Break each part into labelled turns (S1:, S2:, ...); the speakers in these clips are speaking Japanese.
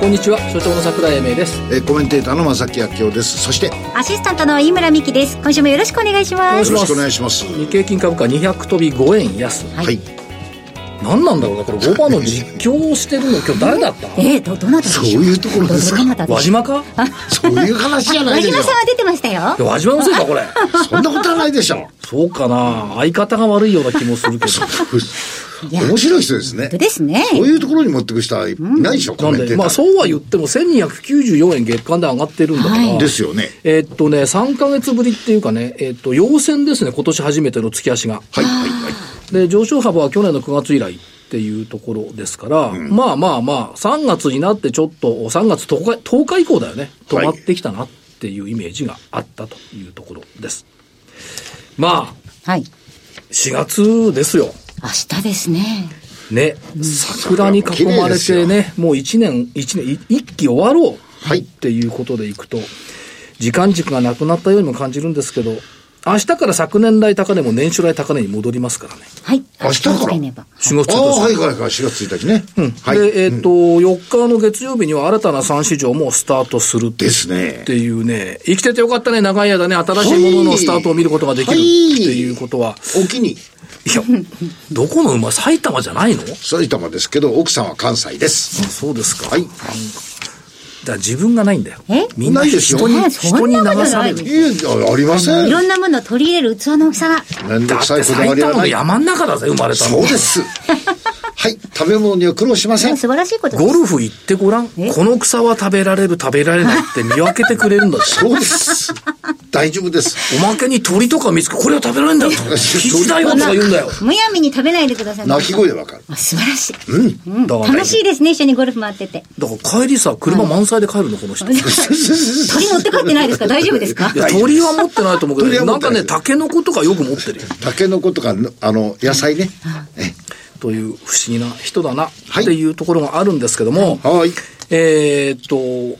S1: こんにちは所長の桜井英明です
S2: えーコメンテーターの正木明夫ですそしてよ
S3: アシスタントの飯村美希です今週もよろしくお願いしま
S1: よ
S3: す
S2: ろしくお願いします
S1: 日経金株価200飛び5円安
S3: はい
S2: はい
S1: 何なんだろうなこれ5番の実況をしてるの今日誰だった
S3: えー、どどなたでしょ
S2: そういうところですか
S3: どどなたで
S1: 輪
S3: しょう
S1: 島か
S2: そういう話じゃな
S3: 和
S2: いでし
S3: 島
S2: ょ
S3: さんは出てましたよ
S1: いや輪島のせいかこれ
S2: そんなことはないで しょ
S1: そうかな相方が悪いような気もする け
S3: や
S2: 面白い人ですね
S3: 本当ですね
S2: そういうところに持ってく人はいないでしょ、
S1: ど
S2: コ
S1: な
S2: メ
S1: ん
S2: ン
S1: で
S2: テータ
S1: まあ
S2: ー、
S1: そうは言っても1294円月間で上がってるんだから、
S3: はい
S2: ですよね
S1: えっとね、3ヶ月ぶりっていうかね、えっと、陽線ですね、今年初めての月足が。
S2: はいはいはい
S1: で、上昇幅は去年の9月以来っていうところですから、まあまあまあ、3月になってちょっと、3月10日 ,10 日以降だよね、止まってきたなっていうイメージがあったというところです。まあ、
S3: はい
S1: 4月ですよ。
S3: 明日ですね
S1: ね、桜に囲まれて
S2: 綺麗で
S1: ね、もう1年、一年、い一期終わろう
S2: はい
S1: っていうことでいくと、時間軸がなくなったようにも感じるんですけど、明日から昨年来高値も年初来高値に戻りますからね。
S3: はい
S2: 明日から
S3: 気をつけねば
S1: 4月
S2: あ
S1: 1
S2: あ
S1: 日
S2: はいはいはい4月1日ね、はい
S1: で、えっ、と、4日の月曜日には新たな3市場もスタートするって
S2: ですね
S1: っていうね、生きててよかったね、長い間ね、新しいもののスタートを見ることができるっ
S2: は
S1: て
S2: い
S1: いうことは、
S2: お気に
S1: いや、どこの馬、埼玉じゃないの
S2: 埼玉ですけど奥さんは関西です
S1: そうですか。
S2: はい
S1: だから自分がないんだよ。
S3: え
S1: みんな
S2: ないですよ
S1: 人に、
S3: えそ
S1: 人
S3: ん
S1: に
S3: なことない
S1: 流される。
S2: いえあありませ
S3: い
S2: ん
S3: ろんなものを取り入れる器の大きさが
S2: めんど
S1: だ
S2: く
S1: っ
S2: さい
S1: て
S2: こだわ
S1: 埼
S2: りは
S1: 玉
S2: な
S1: の
S2: い
S1: 山ん中だぜ、生まれた
S2: そ
S1: の
S2: う。ですはい食べ物には苦労しません
S3: 素晴らしいことです
S1: ゴルフ行ってごらん。こ
S3: え
S1: の草は食べられる、食べられないって見分けてくれるんだ って。
S2: そうです大丈夫です
S1: おまけに鳥とか見つけ、これは食べられ んだよ。肘だよとか言うんだよ。
S3: むやみに食べないでください
S2: 鳴き声でわかる
S3: あ素晴らしい、
S1: だからね
S3: 楽しいですね一緒にゴルフ回ってて
S1: だから帰りさ、車満載で帰るの、この人。い
S3: 鳥持って帰ってないですか大丈夫ですか
S1: や、鳥は持ってないと思うけ
S2: 鳥
S1: ど、
S2: は
S1: な
S2: 持
S1: ん
S2: っ
S1: か
S2: てない
S1: ね、タケノコとかよく持ってるよ。
S2: タケノコとかのあの野菜ねえ
S1: という不思議な人だな、っ
S2: はい
S1: ていうところがあるんですけども、
S2: はい
S1: えーっと、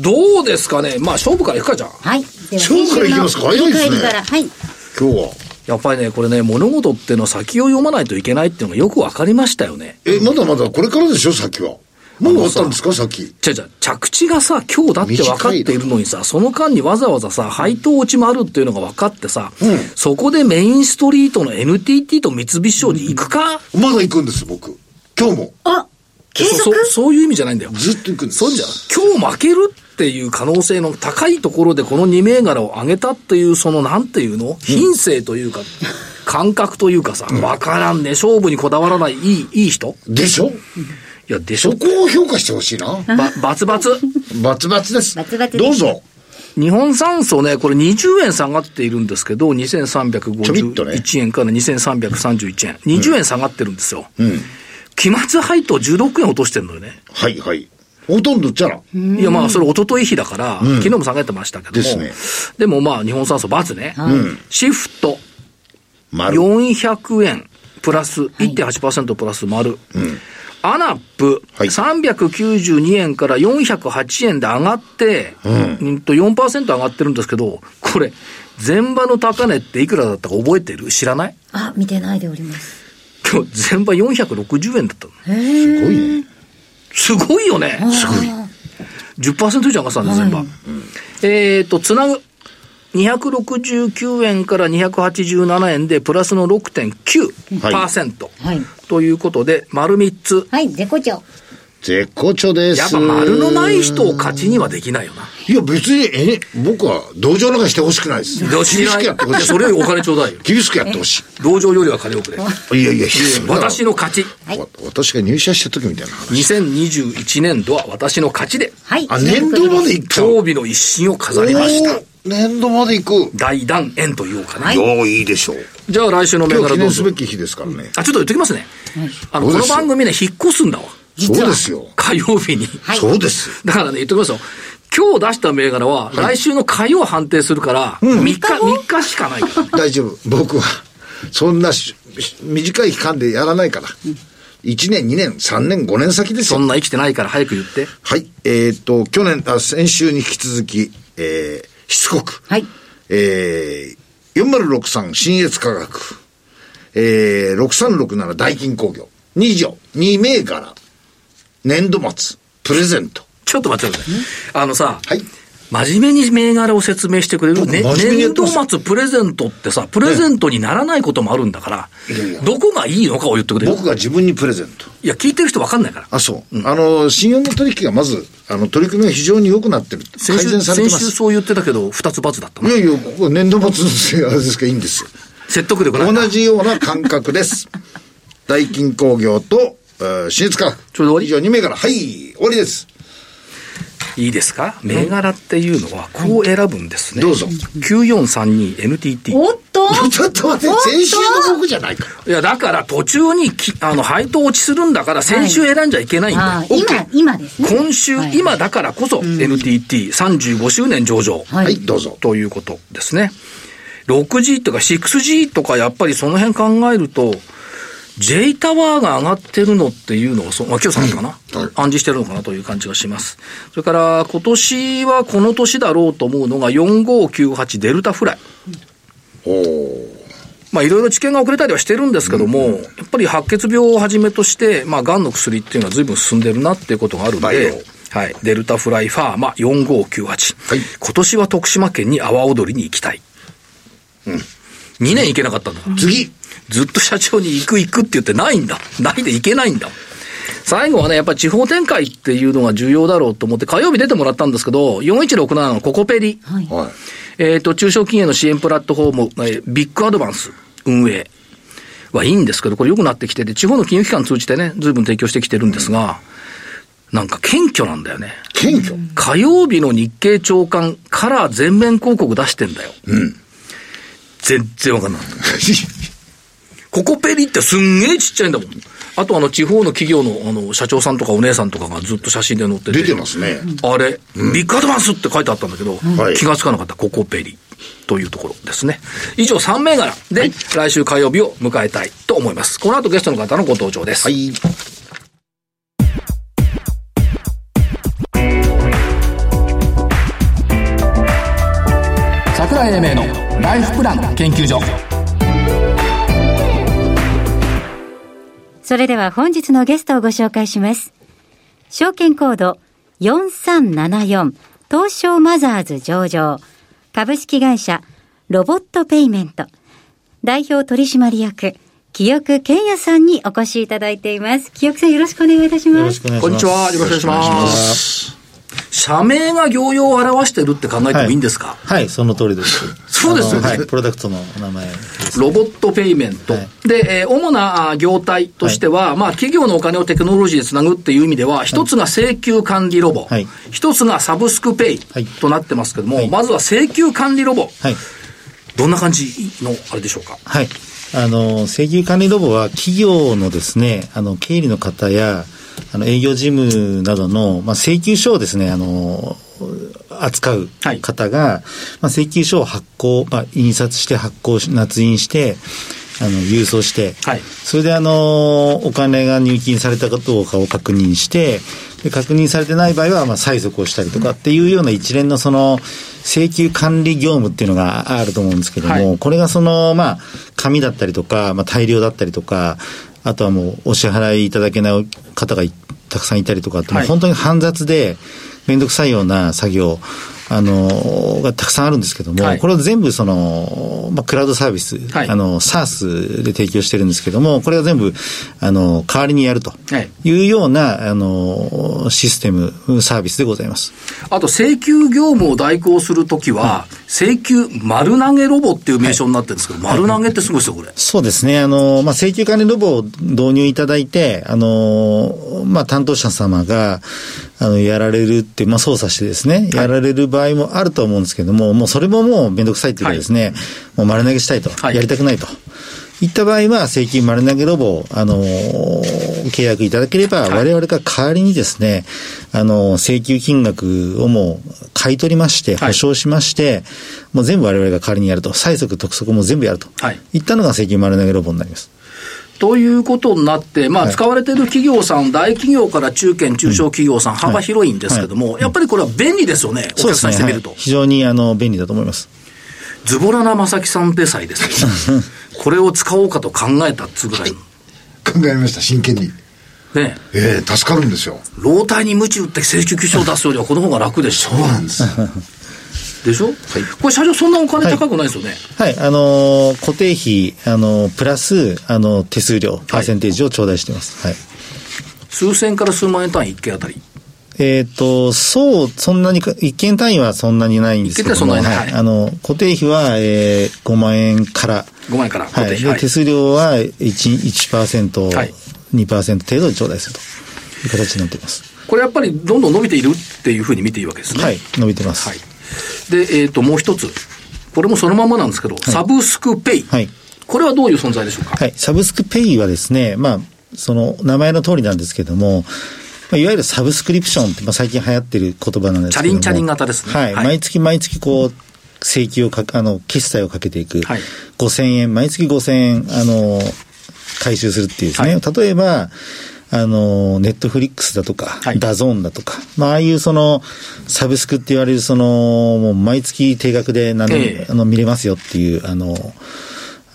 S1: どうですかね。まあ、勝負からいくかじゃん。
S3: はいでは
S2: 正午から行きますか
S3: 先週の振り返
S2: 早
S3: り
S2: いですね
S3: からはい
S2: 今日は
S1: やっぱりね、これね、物事っていうのは先を読まないといけないっていうのがよくわかりましたよね。
S2: えまだまだこれからでしょ先はもう終わったんですか先
S1: じゃじゃ着地がさ、今日だって分かっているのにさ、その間にわざわざさ、配当落ちもあるっていうのが分かってさ、
S2: うん
S1: そこでメインストリートの NTT と三菱商事行くか、
S2: まだ行くんです僕今日も
S3: あ継
S1: そ
S3: 続
S1: そそういう意味じゃないんだよ。
S2: ずっと行くんです
S1: そうじゃん、今日負けるっていう可能性の高いところでこの2銘柄を上げたっていう、そのなんていうの品性というか、感覚というかさ、分からんね、勝負にこだわらない、いい、いい人
S2: でしょ
S1: いや、でしょ
S2: そこを評価してほしいな
S1: ば、バツバツ。
S2: バツバツです
S3: バツバツです
S2: どうぞ
S1: 日本酸素ね、これ20円下がっているんですけど、
S2: ちょびっとね
S1: 2351円から2331円。20円下がってるんですよ。期末配当16円落としてるのよね。
S2: はいはいほとんどじゃら
S1: いやまあ、それ一昨日比だから、昨日も下げてましたけども。
S2: ですね
S1: でもまあ、日本酸素×ね。シフト
S2: 丸
S1: 400円プラス1.8%プラス丸。アナップ、
S2: はい
S1: 392円から408円で上がって、うんと4%上がってるんですけど、これ、前場の高値っていくらだったか覚えてる知らない
S3: あ見てないでおります
S1: 今日、前場460円だったの。
S3: へえ
S2: すごいね
S1: すごいよね。
S2: すごい
S1: 10%以上上がってたんです、全場。えっと、つなぐ。269円から287円で、プラスの6.9%、
S3: はい
S1: ということで、丸3つ。
S3: はい絶好調
S2: 絶好調です
S1: やっぱ丸のない人を勝ちにはできないよな。
S2: いや別にえ僕は同情なんかしてほしくないです
S1: どうし
S2: 厳し
S1: ない。
S2: く
S1: い
S2: やってほ
S1: や
S2: し
S1: それよりお金ちょうだいよ
S2: い。厳しくやってほし
S1: 同情よりは金をくれ。
S2: いいやいや
S1: 私の勝ち。
S3: はい
S2: わ私が入社した時みたいな話
S1: 2021年度は私の勝ちで、
S3: はい
S2: あ年度まで行っちゃう
S1: 競技の一新を飾りました。
S2: 年度まで行く
S1: 大団円というかね。
S3: はい
S2: おおいいでしょう
S1: じゃあ来週の銘
S2: 今日
S1: 柄
S2: 記
S1: どう
S2: 念す
S1: ぞ
S2: べ。き日ですからね
S1: あ、ちょっと言っときますね。あの、この
S2: そうですよ
S1: 番組ね、引っ越すんだわ。
S3: 実
S2: そう
S3: は
S2: ですよ
S1: 火曜日に。
S3: はい
S2: そうです
S1: だからね、言っときますよ。今日出した銘柄は、来週の火曜判定するから、3日、3日しかないから。
S2: 大丈夫僕はそんなし短い期間でやらないから。1年、2年、3年、5年先です
S1: そ
S2: よ。
S1: んな生きてないから早く言って。
S2: はい。えーっと、去年、あ、先週に引き続き、えー、しつこく。
S3: はい。
S2: えー、4063新越科学。えー、6367大金工業。2条、2銘柄。年度末、プレゼント。
S1: ちょっと待ってください。あのさ、
S2: はい。
S1: 真面目に銘柄を説明してくれる、
S2: 僕
S1: ね、
S2: 真面目にやっ
S1: 年
S2: て
S1: 度
S2: ます
S1: 末プレゼントってさ、プレゼントにならないこともあるんだから、
S2: いやいや
S1: どこがいいのかを言ってくれる。
S2: 僕が自分にプレゼント。
S1: いや、聞いてる人わかんないから。
S2: あ、そう。あの、信用の取引がまず、あの、取り組みが非常に良くなってる。改
S1: 先週、
S2: 善されて
S1: 先
S2: ま
S1: 週
S2: す。
S1: そう言ってたけど、二つ罰だった
S2: い
S1: な
S2: やいや、ここ年度末のせいあれですけどいいんですよ。
S1: 説得力ないな。
S2: 同じような感覚です。大金工業と、えー、新越科学。
S1: ちょうど終わり
S2: 以上2名から。はい、終わりです。
S1: いいですか銘柄っていうのは、こう選ぶんですね。
S2: どうぞ。
S1: 9432NTT。
S3: おっと
S2: ちょっと待って、先週の僕じゃないから。
S1: いや、だから途中にき、あの、配当落ちするんだから、先週選んじゃいけないんだよ。
S3: あー今、今ですね。
S1: 今週、
S3: はい
S1: 今だからこそ、NTT35 周年上場。
S3: はい
S2: はい、どうぞ。
S1: ということですね。6G とか 6G とかやっぱりその辺考えると、J タワーが上がってるのっていうのは、そうまあ、今日さんかな、
S2: はい
S1: 暗示してるのかなという感じがします。それから、今年はこの年だろうと思うのが、4598デルタフライ。
S2: おー
S1: まあ、いろいろ治験が遅れたりはしてるんですけども、やっぱり白血病をはじめとして、まあ、癌の薬っていうのは随分進んでるなっていうことがあるん
S2: バイオ
S1: で、はい。デルタフライファーマ4598。
S2: はい
S1: 今年は徳島県に阿波踊りに行きたい。うん。2年行けなかったんだから。
S2: 次。
S1: ずっと社長に行く行くって言ってないんだ。ないで行けないんだ。最後はね、やっぱり地方展開っていうのが重要だろうと思って、火曜日出てもらったんですけど、4167のココペリ。
S3: はい。
S2: はい。
S1: えっ、と、中小企業の支援プラットフォーム、えービッグアドバンス、運営はいいんですけど、これ良くなってきてて、地方の金融機関通じてね、随分提供してきてるんですが、なんか謙虚なんだよね。
S2: 謙虚。
S1: 火曜日の日経長官から全面広告出してんだよ。全然わかんない。ココペリってすんげえちっちゃいんだもん。あとあの地方の企業のあの社長さんとかお姉さんとかがずっと写真で載ってて。
S2: 出てますね。
S1: あれ、ビッグアドバンスって書いてあったんだけど、
S2: はい
S1: 気がつかなかったココペリというところですね。以上3銘柄で、来週火曜日を迎えたいと思います。この後ゲストの方のご登場です。
S2: はい。
S4: 桜井英明のライフプラン研究所
S3: それでは本日のゲストをご紹介します。証券コード4374東証マザーズ上場株式会社ロボットペイメント代表取締役清久健也さんにお越しいただいています。清久さんよろしくお願いいたします。
S5: よろしくお願いします。
S1: こんにちは。よろしくお願いします。社名が業用を表してるって考えてもいいんですか、
S5: はい、その通りです。
S1: そうですよね
S5: あのはい、プロダクトのお名前です。
S1: ロボットペイメント。
S5: はい
S1: で、えー主なあー業態としては、まあ、企業のお金をテクノロジーでつなぐっていう意味では、一つが請求管理ロボ、
S5: はい
S1: 一つがサブスクペイ
S5: はい
S1: となってますけども、
S5: はい
S1: まずは請求管理ロボ。
S5: はい。
S1: どんな感じの、あれでしょうか
S5: はい。あの、請求管理ロボは企業のですね、あの、経理の方や、あの、営業事務などの、まあ、請求書をですね、あの、扱う
S1: はい
S5: 方が、まあ、請求書を発行、まあ、印刷して発行し、捺印して、あの、郵送して、
S1: はい
S5: それであの、お金が入金されたかどうかを確認して、で確認されてない場合は、まあ、催促をしたりとかっていうような一連のその、請求管理業務っていうのがあると思うんですけども、
S1: はい
S5: これがその、まあ、紙だったりとか、まあ、大量だったりとか、あとはもう、お支払いいただけない方がいたくさんいたりとかって、もう
S1: はい
S5: 本当に煩雑で、めんどくさいような作業、あの、がたくさんあるんですけども、
S1: はい
S5: これを全部その、まあ、クラウドサービス、
S1: はい
S5: あの、SARS で提供してるんですけども、これが全部、あの、代わりにやると
S1: はい
S5: いうような、あの、システム、サービスでございます。
S1: あと、請求業務を代行するときは、請求丸投げロボっていう名称になってるんですけど、丸投げってすごいですよ、これ。
S5: そうですね。あの、まあ、請求管理ロボを導入いただいて、あの、まあ、担当者様が、あの、やられるって、まあ、操作してですね、やられる場合もあると思うんですけども、もうそれももうめんどくさいっていうかですね、もう丸投げしたいと、
S1: はい
S5: やりたくないと。いった場合は、請求丸投げロボを、あの契約いただければ、我々が代わりにですね、あの請求金額をもう買い取りまして、
S1: はい
S5: 保証しまして、もう全部我々が代わりにやると、催促、督促も全部やると。
S1: はい
S5: いったのが請求丸投げロボになります。
S1: ということになって、まあ、
S5: はい
S1: 使われている企業さん、大企業から中堅、中小企業さん、幅広いんですけども、やっぱりこれは便利ですよね、お
S5: そう
S1: 客
S5: で
S1: さん
S5: すね。
S1: にしてみると。
S5: はい非常にあの便利だと思います。
S1: ズボラな正木さんでさえです よこれを使おうかと考えたっつうぐらいの、
S2: 考えました、真剣に。
S1: ね、
S2: ええ助かるんですよ。
S1: 老体に鞭打って請求書を出すよりは、この方が楽でしょ。
S2: そうなんです。
S1: でしょ、これ、社長、そんなお金高くないですよね。
S5: はい、あのー固定費、あのープラス、あのー手数料、パーセンテージを頂戴しています。はい。
S1: 数千から数万円単位1件あたり。
S5: えっ、と、そう、そんなにか、一件単位はそんなにないんですけども。
S1: 一件単位そんなにない
S5: はいあの、固定費は、えー、5万円から。
S1: 5万円から固定
S5: はい。
S1: 費
S5: で
S1: はい
S5: 手数料は1、1%、
S1: はい
S5: 2%程度頂戴するという形になっています。
S1: これやっぱりどんどん伸びているっていうふうに見ていいわけですね。
S5: はい。伸びてます。
S1: はい。で、えっ、と、もう一つ。これもそのままなんですけど、サブスクペイ。
S5: はい
S1: これはどういう存在でしょうか、
S5: はい、サブスクペイはですね、まあ、その名前の通りなんですけども、まあいわゆるサブスクリプションって、まあ、最近流行ってる言葉なんですけども。
S1: チャリンチャリン型ですね
S5: はい。
S1: はい
S5: 毎月毎月こう、請求をかけ、あの、決済をかけていく。
S1: はい
S5: 5000円、毎月5000円、あの、回収するっていうですね。
S1: は
S5: 例えば、あの、ネットフリックスだとか、
S1: はい
S5: ダゾーンだとか、まあ、ああいうその、サブスクって言われる、その、もう毎月定額で何でも、
S1: ええ
S5: あの、見れますよっていう、あの、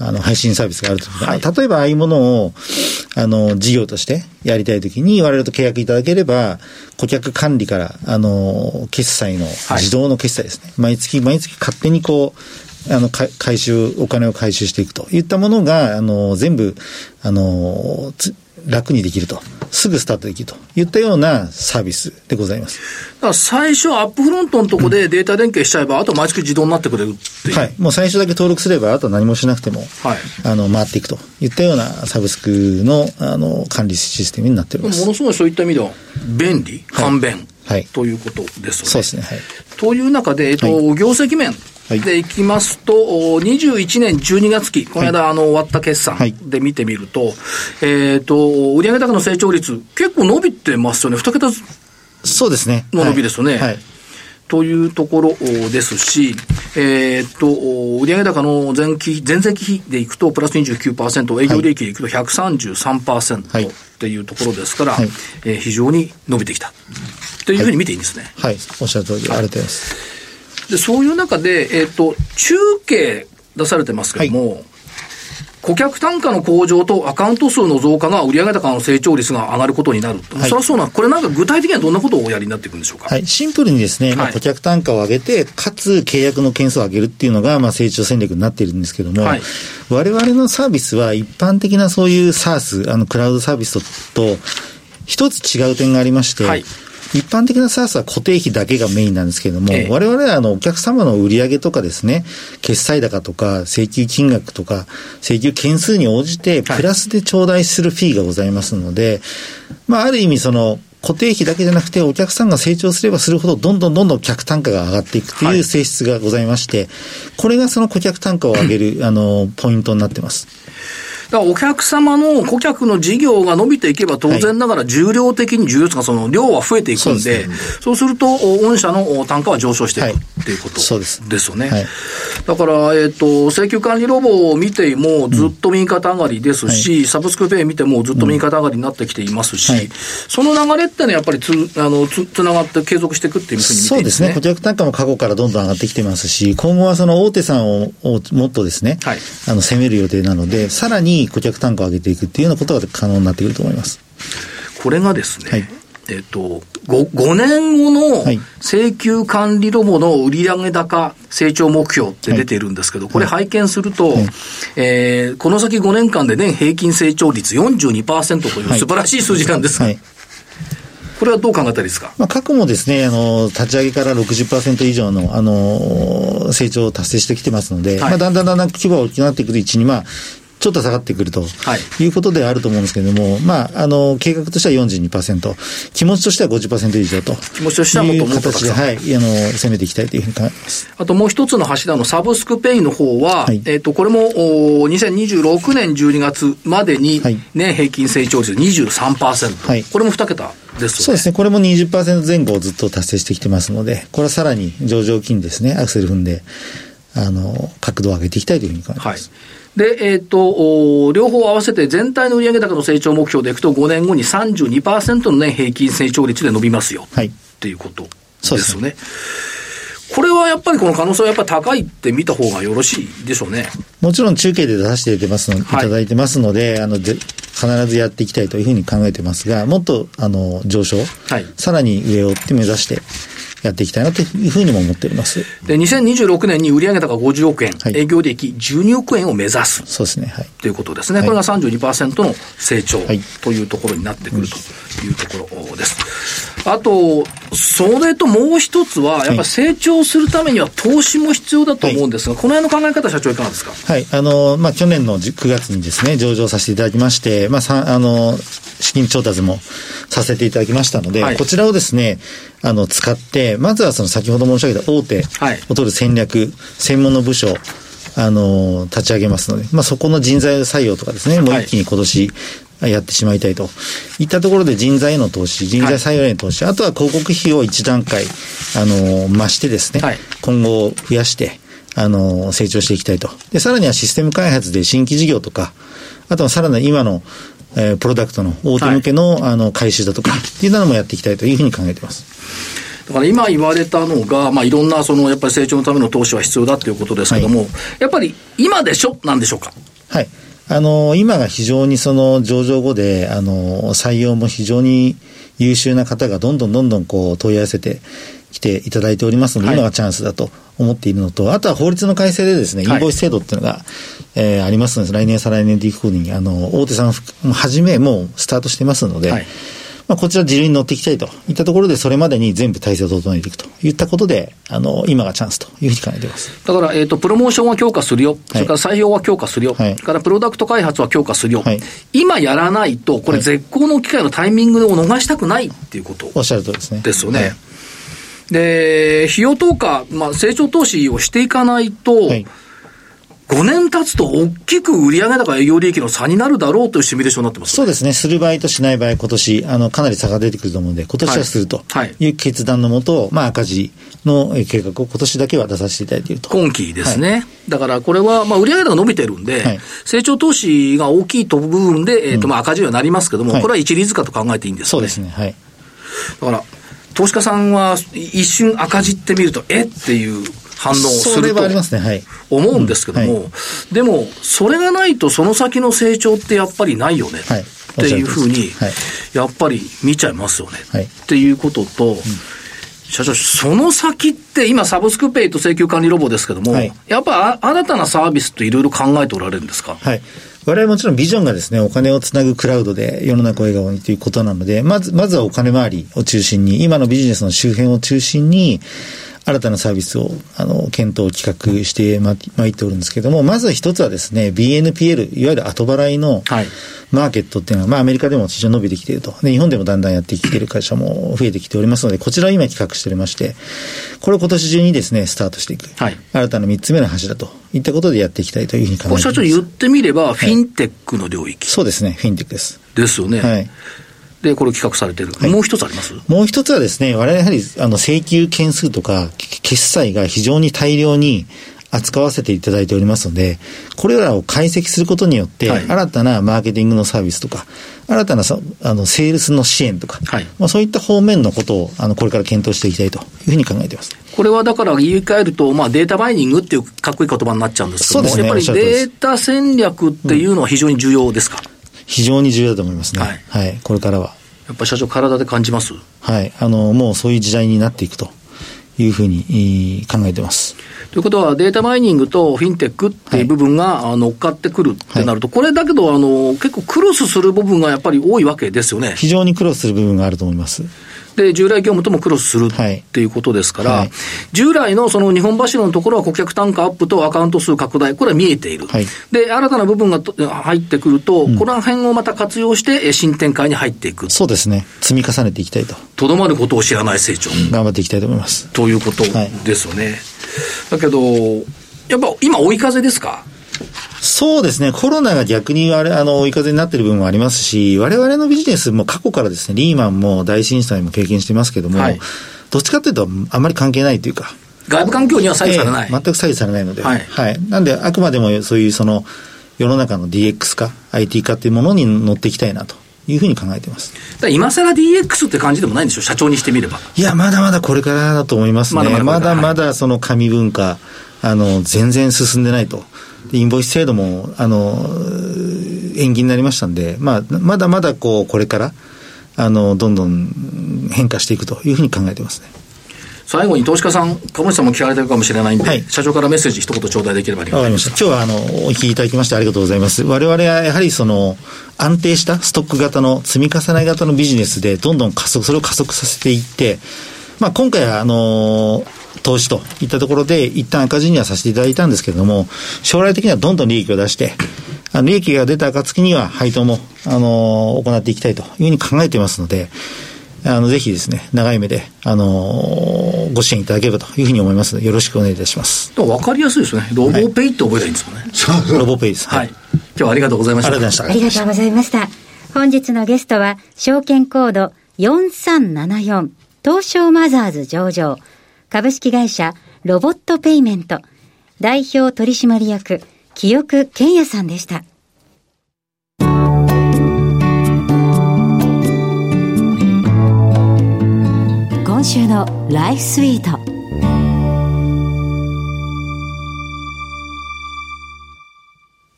S5: あの、配信サービスがあると思う
S1: はい
S5: 例えば、ああいうものを、あの、事業としてやりたいときに、我々と契約いただければ、顧客管理から、あの、決済の、
S1: い
S5: 自動の決済ですね。毎月、毎月勝手にこう、あの、か回収、お金を回収していくといったものが、あの、全部、あの、つ楽にできると。すぐスタートできるといったようなサービスでございます。
S1: だから最初アップフロントのとこでデータ連携しちゃえば、あと毎月自動になってくれるっていう。
S5: はい。もう最初だけ登録すれば、あとは何もしなくても、
S1: はい
S5: あの、回っていくといったようなサブスクの、あの、管理システムになっており
S1: も
S5: ます。
S1: のすごいそういった意味では、便利、簡便、
S5: はい
S1: ということですよね。
S5: そうですね。はい。
S1: という中で、えっと、
S5: は
S1: 業績面
S5: はい
S1: でいきますと、お21年12月期、この間、あの、終わった決算
S5: はい
S1: で見てみると、えっと、売上高の成長率、結構伸びてますよね。2桁ず
S5: そうですね。
S1: の伸びですよね
S5: はい。はい
S1: というところですし、えーっと、お売上高の前期、前々期比でいくとプラス29%、営業利益でいくと
S5: はい
S1: 133%っていうところですから、
S5: はい
S1: えー非常に伸びてきた。というふうに見ていいんですね。
S5: はい。おっしゃる通り、ありがとうございます。
S1: で、そういう中で、えーっと、中継出されてますけども、顧客単価の向上とアカウント数の増加が売上高の成長率が上がることになる。
S5: はい
S1: そりゃそうな、これなんか具体的にはどんなことをおやりになっていくんでしょうか。
S5: はい。シンプルにですね、ま
S1: は
S5: あ、
S1: い
S5: 顧客単価を上げて、かつ契約の件数を上げるっていうのが、まあ、成長戦略になっているんですけども、
S1: はい
S5: 我々のサービスは一般的なそういう SaaS、あの、クラウドサービスと、と一つ違う点がありまして、
S1: はい
S5: 一般的な SaaS は固定費だけがメインなんですけども、
S1: ええ
S5: 我々はあのお客様の売上とかですね、決済高とか請求金額とか請求件数に応じて
S1: はい
S5: プラスで頂戴するフィーがございますので、まあある意味その固定費だけじゃなくてお客さんが成長すればするほどどんどんどんどん客単価が上がっていくと
S1: はいいう
S5: 性質がございまして、これがその顧客単価を上げるあのポイントになってます。
S1: だからお客様の顧客の事業が伸びていけば当然ながら重量的に重要というかその量は増えていくんで、
S5: そうですね
S1: そうするとお御社のお単価は上昇していく
S5: はい
S1: っていうこと
S5: そうです
S1: ですよね。
S5: はい
S1: だから、えっ、と、請求管理ロボを見てもずっと右肩上がりですし、サブスクペイ見てもずっと右肩上がりになってきていますし、
S5: はい
S1: その流れってのはやっぱりつ、あの、つ、つながって継続していくっていうふうに見てい
S5: そ
S1: いん
S5: う
S1: で
S5: ですす
S1: ね。
S5: ね。顧客単価も過去からどんどん上がってきてますし、今後はその大手さんををもっとですね、
S1: はい
S5: あの攻める予定なので、さらに顧客単価を上げていくっていうようなことが可能になってくると思います。
S1: これがですね、
S5: はい
S1: えっ、と5、5年後の
S5: はい
S1: 請求管理ロボの売上高成長目標って出ているんですけど、これ拝見すると、えーこの先5年間で年平均成長率42%という
S5: はい
S1: 素晴らしい数字なんですが、
S5: はい。
S1: これはどう考えたらいいですか
S5: まあ、過去もですね、あの、立ち上げから60%以上の、あの、成長を達成してきてますので、
S1: はい
S5: まあ、だんだんだんだん規模が大きくなってくるうちに、まあ、ちょっと下がってくると、
S1: い
S5: い、うことではあると思うんですけれども、まあ、あの、計画としては42%、気持ちとしては50%以上と。
S1: 気持ちとしてはもっと
S5: い
S1: も
S5: う
S1: っとたく
S5: 形
S1: さん
S5: で、はい、あの、攻めていきたいというふうに考えます。
S1: あともう一つの柱のサブスクペイの方は、
S5: はい
S1: えっ、と、これも、おー2026年12月までに
S5: はい
S1: 年平均成長率23%。
S5: はい
S1: これも2桁ですよ
S5: そ
S1: ね
S5: うで。すね。これも20%前後をずっと達成してきてますので、これはさらに上場金ですね、アクセル踏んで、ああの、角度を上げていきたいというふうに考えてい
S1: は
S5: ま
S1: い
S5: す。。
S1: で、えっ、と、おー両方合わせて全体の売上高の成長目標でいくと、5年後に32%の年平均成長率で伸びますよ。
S5: はい
S1: っていうことです
S5: そ
S1: よ
S5: うです
S1: ね。これはやっぱりこの可能性はやっぱり高いって見た方がよろしいでしょうね。
S5: もちろん中継で出させていただいてますので、
S1: はい
S5: い、ただいてますので、あの、ぜ必ずやっていきたいというふうに考えてますが、もっと、あの、上昇、
S1: はい
S5: さらに上をって目指してやっていきたいなというふうにも思っております。
S1: で、2026年に売上高50億円、
S5: はい
S1: 営業利益12億円を目指す。
S5: そうですね、はい。
S1: ということですね。
S5: はい
S1: これが32%の成長
S5: はい
S1: というところになってくるというところです。あと、それともう一つは、やっぱり成長するためには投資も必要だと思うんですが、この辺の考え方、社長いかがですか
S5: はい、あの、まあ、去年のじ9月にですね、上場させていただきまして、まあ、さあの、資金調達もさせていただきましたので、
S1: はい
S5: こちらをですね、あの、使って、まずはその先ほど申し上げた大手
S1: はい
S5: を取る戦略、専門の部署、あの、立ち上げますので、まあ、そこの人材採用とかですね、もう
S1: はい
S5: 一気に今年、やってしまいたいと。いったところで人材への投資、人材採用への投資、あとは広告費を一段階、あの、増してですね、
S1: はい
S5: 今後増やして、あの、成長していきたいと。で、さらにはシステム開発で新規事業とか、あとはさらに今の、えープロダクトの大手向けの、あの、回収だとか、っていうのもやっていきたいというふうに考えています。
S1: だから今言われたのが、まあ、いろんなそのやっぱり成長のための投資は必要だということですけども、やっぱり今でしょなんでしょうか。
S5: はい。あの、今が非常にその上場後で、あの、採用も非常に優秀な方がどんどんどんどんこう問い合わせてきていただいておりますので、
S1: はい
S5: 今がチャンスだと思っているのと、あとは法律の改正でですね、イ
S1: はい
S5: ンボイス制度っていうのが、えーありますので、来年再来年でいくことに、あの、大手さんはじめもうスタートしてますので、
S1: はい
S5: まあ、こちら自流に乗っていきたいといったところで、それまでに全部体制を整えていくといったことで、あの、今がチャンスというふうに考えています。
S1: だから、えっ、と、プロモーションは強化するよ。それから採用は強化するよ。
S5: はい
S1: それからプロダクト開発は強化するよ。
S5: はい
S1: 今やらないと、これ絶好の機会のタイミングを逃したくないっていうこと
S5: おっしゃるとりですね。
S1: ですよね。
S5: はい
S1: で、費用投下、まあ、成長投資をしていかないと、
S5: はい
S1: 5年経つと大きく売上高営業利益の差になるだろうというシミュレーションになってます。
S5: そうですね、する場合としない場合、今年あのかなり差が出てくると思うので、今年はすると
S1: はい
S5: いう決断のもと、まあ、赤字のえー計画を今年だけは出させていただいていると。
S1: 今期ですね。だからこれは、まあ、売上高が伸びてるんで、
S5: はい
S1: 成長投資が大きいと部分で、えっ、と、まあ、赤字にはなりますけども、
S5: はい
S1: これは一律化と考えていいんです
S5: そ
S1: よ
S5: う
S1: ね。
S5: ですね、はい。
S1: だから、投資家さんはい一瞬赤字って見ると、えっていう反応をす
S5: それ
S1: ると
S5: はありますね、はい。
S1: 思うんですけども、
S5: うんは
S1: でも、それがないとその先の成長ってやっぱりないよね、
S5: はい
S1: っていうふうに、
S5: はい
S1: やっぱり見ちゃいますよね、
S5: はい
S1: っていうことと、社長、その先って今、サブスクペイと請求管理ロボですけども、
S5: はい
S1: やっぱり新たなサービスっていろいろ考えておられるんですか、
S5: はい。我々もちろんビジョンがですね、お金をつなぐクラウドで世の中を笑顔にということなので、まず、まずはお金回りを中心に、今のビジネスの周辺を中心に、新たなサービスを、あの、検討、企画してま、まいっておるんですけども、まずは一つはですね、BNPL、いわゆる後払いの、
S1: はい
S5: マーケットっていうのは、まあアメリカでも非常に伸びてきていると。で、日本でもだんだんやってきている会社も増えてきておりますので、こちらを今企画しておりまして、これを今年中にですね、スタートしていく。
S1: はい
S5: 新たな3つ目の柱といったことでやっていきたいというふうに考えて
S1: こ
S5: いま
S1: れ
S5: す。
S1: 社長言ってみれば、フィンテックの領域
S5: そうですね、フィンテックです。
S1: ですよね。
S5: はい。
S1: で、これ企画されてる。
S5: い
S1: もう一つあります
S5: もう一つはですね、我々やはり、あの、請求件数とか、け決済が非常に大量に扱わせていただいておりますので、これらを解析することによって、
S1: はい
S5: 新たなマーケティングのサービスとか、新たなさあの、セールスの支援とか、
S1: はい
S5: まあ、そういった方面のことを、あの、これから検討していきたいというふうに考えています。
S1: これはだから言い換えると、まあ、データバイニングっていうかっこいい言葉になっちゃうんですけども、
S5: そうですね
S1: やっぱ
S5: おっしゃ
S1: り
S5: る通りで
S1: デ
S5: す
S1: ータ戦略っていうのは非常に重要ですか、
S5: 非常に重要だと思いますね。
S1: はい
S5: はい、これからは。
S1: やっぱり社長、体で感じます
S5: はい。あの、もうそういう時代になっていくというふうにえー考えてます。
S1: ということは、データマイニングとフィンテックっていう部分があの乗っかってくるってなると、これだけどあの、結構クロスする部分がやっぱり多いわけですよね。
S5: 非常に苦労する部分があると思います。
S1: で、従来業務ともクロスする
S5: はい
S1: っていうことですから、
S5: はい
S1: 従来のその日本柱のところは顧客単価アップとアカウント数拡大、これは見えている。
S5: はい
S1: で、新たな部分がと入ってくると、この辺をまた活用してえ新展開に入っていく。
S5: そうですね。積み重ねていきたいと。
S1: とどまることを知らない成長
S5: 頑張っていきたいと思います。
S1: ということですよね。だけど、やっぱ今追い風ですか
S5: そうですね。コロナが逆にあれ、あの、追い風になっている部分もありますし、我々のビジネスも過去からですね、リーマンも大震災も経験してますけども、
S1: はい
S5: どっちかというとあんまり関係ないというか、
S1: 外部環境には左右されない。
S5: ええ全く左右されないので、
S1: は
S5: はいいなんで、あくまでもそういうその世の中の DX 化、IT 化っていうものに乗っていきたいなというふうに考えています。
S1: だから今更 DX って感じでもないんでしょ社長にしてみれば。
S5: いや、まだまだこれからだと思いますね。
S1: ま
S5: ま
S1: だ
S5: だ
S1: まだ
S5: まだ
S1: これから
S5: その紙文化、あの、全然進んでないと。でインボイス制度も、あの、延期になりましたんで、まあ、まだまだこう、これから、あの、どんどん変化していくというふうに考えてますね。
S1: 最後に投資家さん、株主さんも聞かれてるかもしれないんで、
S5: はい
S1: 社長からメッセージ一言頂戴できればありが
S5: わ
S1: たい
S5: かり
S1: で
S5: ますした。今日はあの、お聞きいただきましてありがとうございます。我々はやはりその、安定したストック型の積み重ね型のビジネスで、どんどん加速、それを加速させていって、まあ今回はあの、投資といったところで、一旦赤字にはさせていただいたんですけれども、将来的にはどんどん利益を出して、あの利益が出た暁には配当も、あの、行っていきたいというふうに考えていますので、あの、ぜひですね、長い目で、あの、ご支援いただければというふうに思いますので、よろしくお願いいたし ます。
S1: でも分かりやすいですね。ロボペイって覚えたらいいんですもんね。
S5: ロボペイです。
S1: はい。今日はありがとうございました。
S5: ありがとうございました
S3: ありがとうございました。本日のゲストは、証券コード4374、東証マザーズ上場、株式会社ロボットペイメント、代表取締役、清久健也さんでした。今週のライフスイート。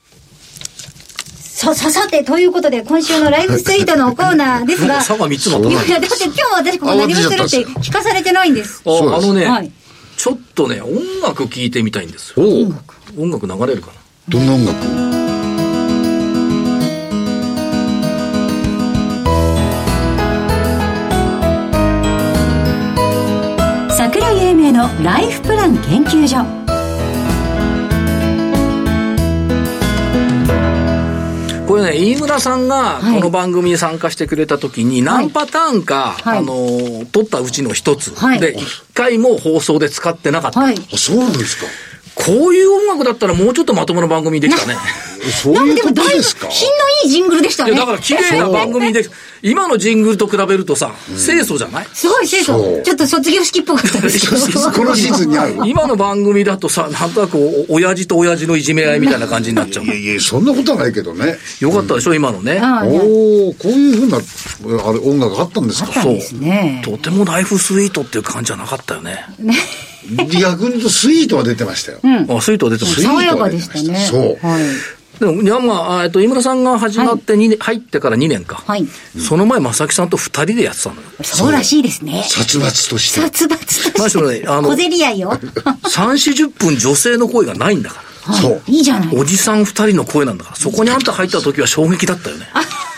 S3: さ、さ、さて、ということで、今週のライフスイートのコーナーですが、
S1: サバ3つも
S2: そ
S3: いうやいや、だって今日私ここ何をしてるって聞かされてないんです。
S1: あ
S2: そう
S1: あ
S2: です
S1: のね、
S3: はい
S1: ちょっとね、音楽聴いてみたいんですよ。
S2: おう
S1: 音楽流れるかな
S2: どんな音楽
S3: 桜井英明のライフプラン研究所。
S1: これね、飯村さんが
S3: はい
S1: この番組に参加してくれた時に、
S3: はい
S1: 何パターンか、
S3: はい
S1: あのー、撮ったうちの一つ、
S3: はい
S1: で、一回も放送で使ってなかった、
S3: はい。
S2: あそうなんですか
S1: こういう音楽だったらもうちょっとまともな番組できた ね。
S2: そう
S3: なん
S2: い
S3: で
S2: うこ
S3: も
S2: と
S3: だいぶ
S2: です
S3: 品
S2: か
S3: のいいジングルでした
S1: い
S3: ね。
S1: や、だから綺麗な番組 で、今のジングルと比べるとさ、清楚じゃない、
S3: すごい清
S2: そ
S3: 楚。
S2: う
S3: ちょっと卒業式っぽかったです けど。
S2: このシ ーズンにある
S1: 今の番組だとさ、なんとなくお、親父と親父のいじめ合いみたいな感じになっちゃう
S2: い。やいやそんなことはないけどね
S1: よかったでしょ、今のね。
S3: ああいや
S2: おおこういうふうなあれ音楽あったんですか
S3: そうですね。
S1: とてもライフスイートっていう感じじゃなかったよね。
S2: 逆に言うとスイートは出てましたよ、
S1: あ、スイートは出てま
S2: ス
S1: す
S2: イート
S3: 爽
S2: は
S3: やかでしたね。
S2: そう
S3: はい。
S1: でも、いや、まああ、えっと、井村さんが始まって2年、入ってから2年か。
S3: はい。
S1: その前、正木さんと二人でやってたのよ。
S3: そうらしいですね。
S2: 殺伐として
S3: 殺伐と
S1: まあ
S3: し
S1: それ
S3: て。
S1: ねあの
S3: 小競り合いを。
S1: 3、40分女性の声がないんだか
S2: そう
S3: いいじゃない
S1: ら。。おじさん二人の声なんだから。そこにあんた入った時は衝撃だったよね。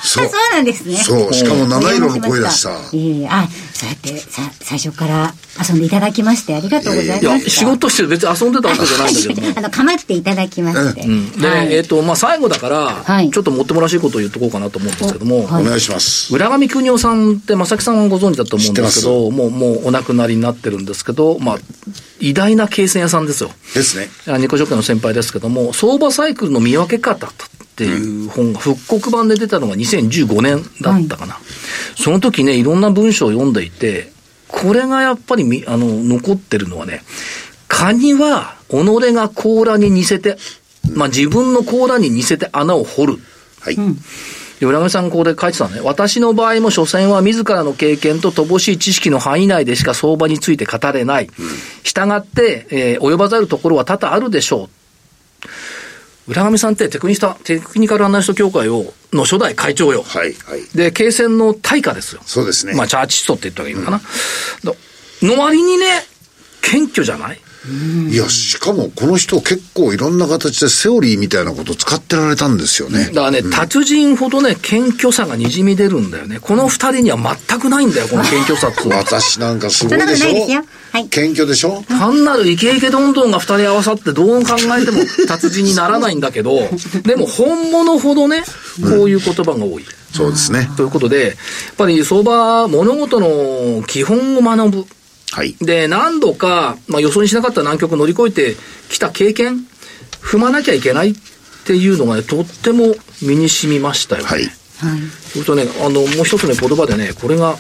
S2: そう
S3: あそうなんですね。
S2: そうしかも七色の声出した
S3: いえいえあ、そうやってさ、最初から遊んでいただきましてありがとうございま
S1: い
S3: した。
S1: や、仕事してる別に遊んでたわけじゃないんだけども。
S3: あの、構っていただきまして。
S1: で、
S3: はい
S1: えっと、まあ、最後だから、
S3: はい
S1: ちょっともっともらしいことを言っとこうかなと思うんですけども、
S3: は
S2: お願いします
S1: 浦上邦夫さんって、正木さんはご存知だと思うんですけど、もう、もうお亡くなりになってるんですけど、まあ、偉大な経線屋さんですよ。
S2: ですね
S1: あニコショックの先輩ですけども、相場サイクルの見分け方っていう本が復刻版で出たのが2015年だったかな。その時ね、いろんな文章を読んでいて、これがやっぱりみあの残ってるのはね、カニは己が甲羅に似せて、まあ自分の甲羅に似せて穴を掘る。
S2: はい、
S1: で浦上さんがここで書いてたのね。私の場合も、所詮は自らの経験と乏しい知識の範囲内でしか相場について語れない。従って、えー及ばざるところは多々あるでしょう。浦上さんってテクニスタ、テクニカルアナリスト協会を、の初代会長よ。
S2: はいはい
S1: で、経線の大家ですよ。
S2: そうですね
S1: まあ、チャーチストって言った方がいいのかな。のの割にね、謙虚じゃない
S2: いやしかもこの人結構いろんな形でセオリーみたいなことを使ってられたんですよね
S1: だからね、達人ほどね、謙虚さがにじみ出るんだよね。この二人には全くないんだよ、この謙虚さっていうのは
S2: 私なんかすごいでし
S3: そんなことないで
S2: ょ
S3: すよはい
S2: 謙虚でしょ
S1: 単なるイケイケどんどんが二人合わさってどう考えても達人にならないんだけど、でも本物ほどね、こういう言葉が多い。
S2: そうですね
S1: ということで、やっぱり相場、物事の基本を学ぶ。
S2: はい
S1: で、何度か、まあ、予想にしなかった難局を乗り越えてきた経験、踏まなきゃいけないっていうのがね、とっても身に染みましたよね。
S2: はい
S3: はい
S1: それとね、あの、もう一つね、言葉でね、これが、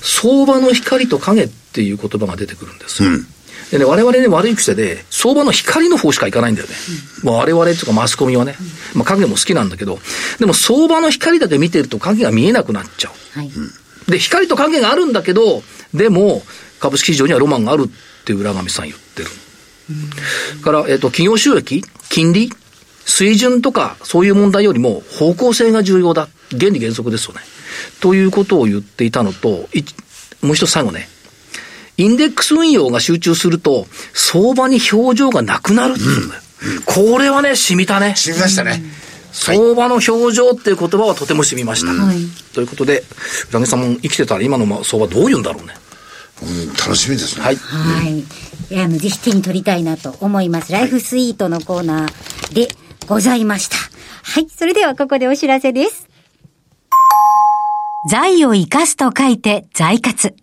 S1: 相場の光と影っていう言葉が出てくるんですよ。でね、我々ね、悪い癖で、相場の光の方しか行かないんだよね。もう我々というかマスコミはね。まあ影も好きなんだけど、でも相場の光だけ見てると影が見えなくなっちゃう。
S3: はい。
S1: で、光と影があるんだけど、でも、株式市場にはロマンがあるって浦上さん言ってる。から、えっ、と、企業収益、金利、水準とか、そういう問題よりも、方向性が重要だ。原理原則ですよね。ということを言っていたのと、いもう一つ最後ね。インデックス運用が集中すると、相場に表情がなくなるっていうんだよ。これはね、染みたね。
S2: 知りましたね。
S1: 相場の表情っていう言葉はとても染みました。
S3: はい
S1: ということで、浦上さんも生きてたら今の相場どういうんだろうね。
S2: うん、楽しみですね。
S1: はい。
S3: はい。いや、あの、ぜひ手に取りたいなと思います。ライフスイートのコーナーでございました。はい。それではここでお知らせです。財を生かすと書いて財活。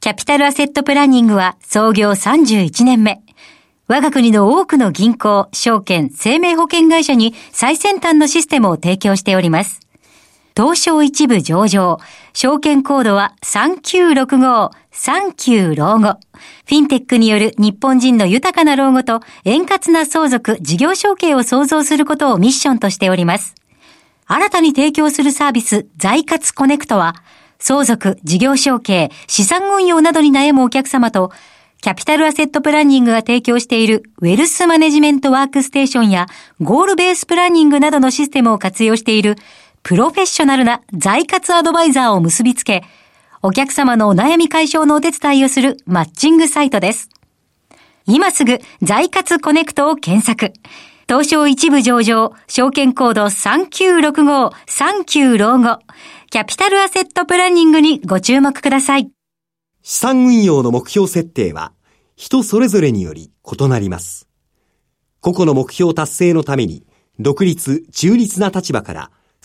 S3: キャピタルアセットプランニングは創業31年目。我が国の多くの銀行、証券、生命保険会社に最先端のシステムを提供しております。東証一部上場。証券コードは3965、39老後。フィンテックによる日本人の豊かな老後と円滑な相続、事業承継を創造することをミッションとしております。新たに提供するサービス、財活コネクトは、相続、事業承継、資産運用などに悩むお客様と、キャピタルアセットプランニングが提供しているウェルスマネジメントワークステーションやゴールベースプランニングなどのシステムを活用しているプロフェッショナルな財活アドバイザーを結びつけ、お客様のお悩み解消のお手伝いをするマッチングサイトです。今すぐ、財活コネクトを検索。東証一部上場、証券コード3965、39老後、キャピタルアセットプランニングにご注目ください。
S6: 資産運用の目標設定は人それぞれにより異なります。個々の目標達成のために独立、中立な立場から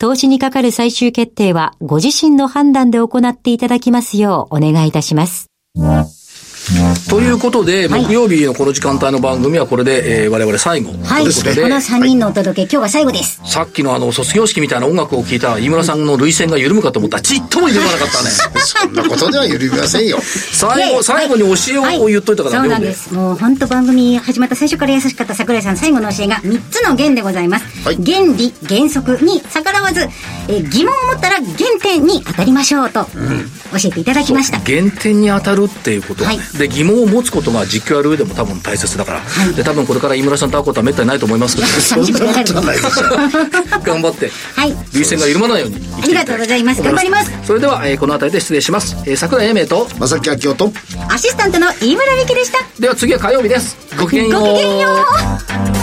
S3: 投資にかかる最終決定は、ご自身の判断で行っていただきますようお願いいたします。
S1: ということで、
S7: はい
S1: 木曜日のこの時間帯の番組はこれで、えー我々最後。
S7: はい、こ
S1: ということで、
S7: の3人のお届け、今日が最後です。
S1: さっきのあの、卒業式みたいな音楽を聴いた飯村さんの涙腺が緩むかと思ったら、ちっとも緩まなかったね。
S2: そんなことでは揺るぎませんよ。
S1: 最後、最後に教えを言っといたから
S7: そう
S1: ね、
S7: なんで
S1: でもね
S7: す。もう本当番組始まった最初から優しかった桜井さん最後の教えが3つの原でございます。
S2: はい
S7: 原理、原則に逆らわず、えー疑問を持ったら原点に当たりましょうと、教えていただきました。
S1: 原点に当たるっていうこと、
S7: はい
S1: で疑問を持つことが実況やる上でも多分大切だから、で多分これから飯村さんと会うことはめったにないと思いますけ
S7: そ んなことはないですよ
S1: ど頑張って
S7: はい。
S1: 涙腺が緩まないように生きて
S7: あり
S1: いただきた
S7: がとうございます頑張ります
S1: それでは、えーこの辺りで失礼します、えー、桜井英明と
S2: まさきあきおと。
S7: アシスタントの飯村美樹でした。
S1: では次は火曜日ですごきげんよう
S7: ごきげんよう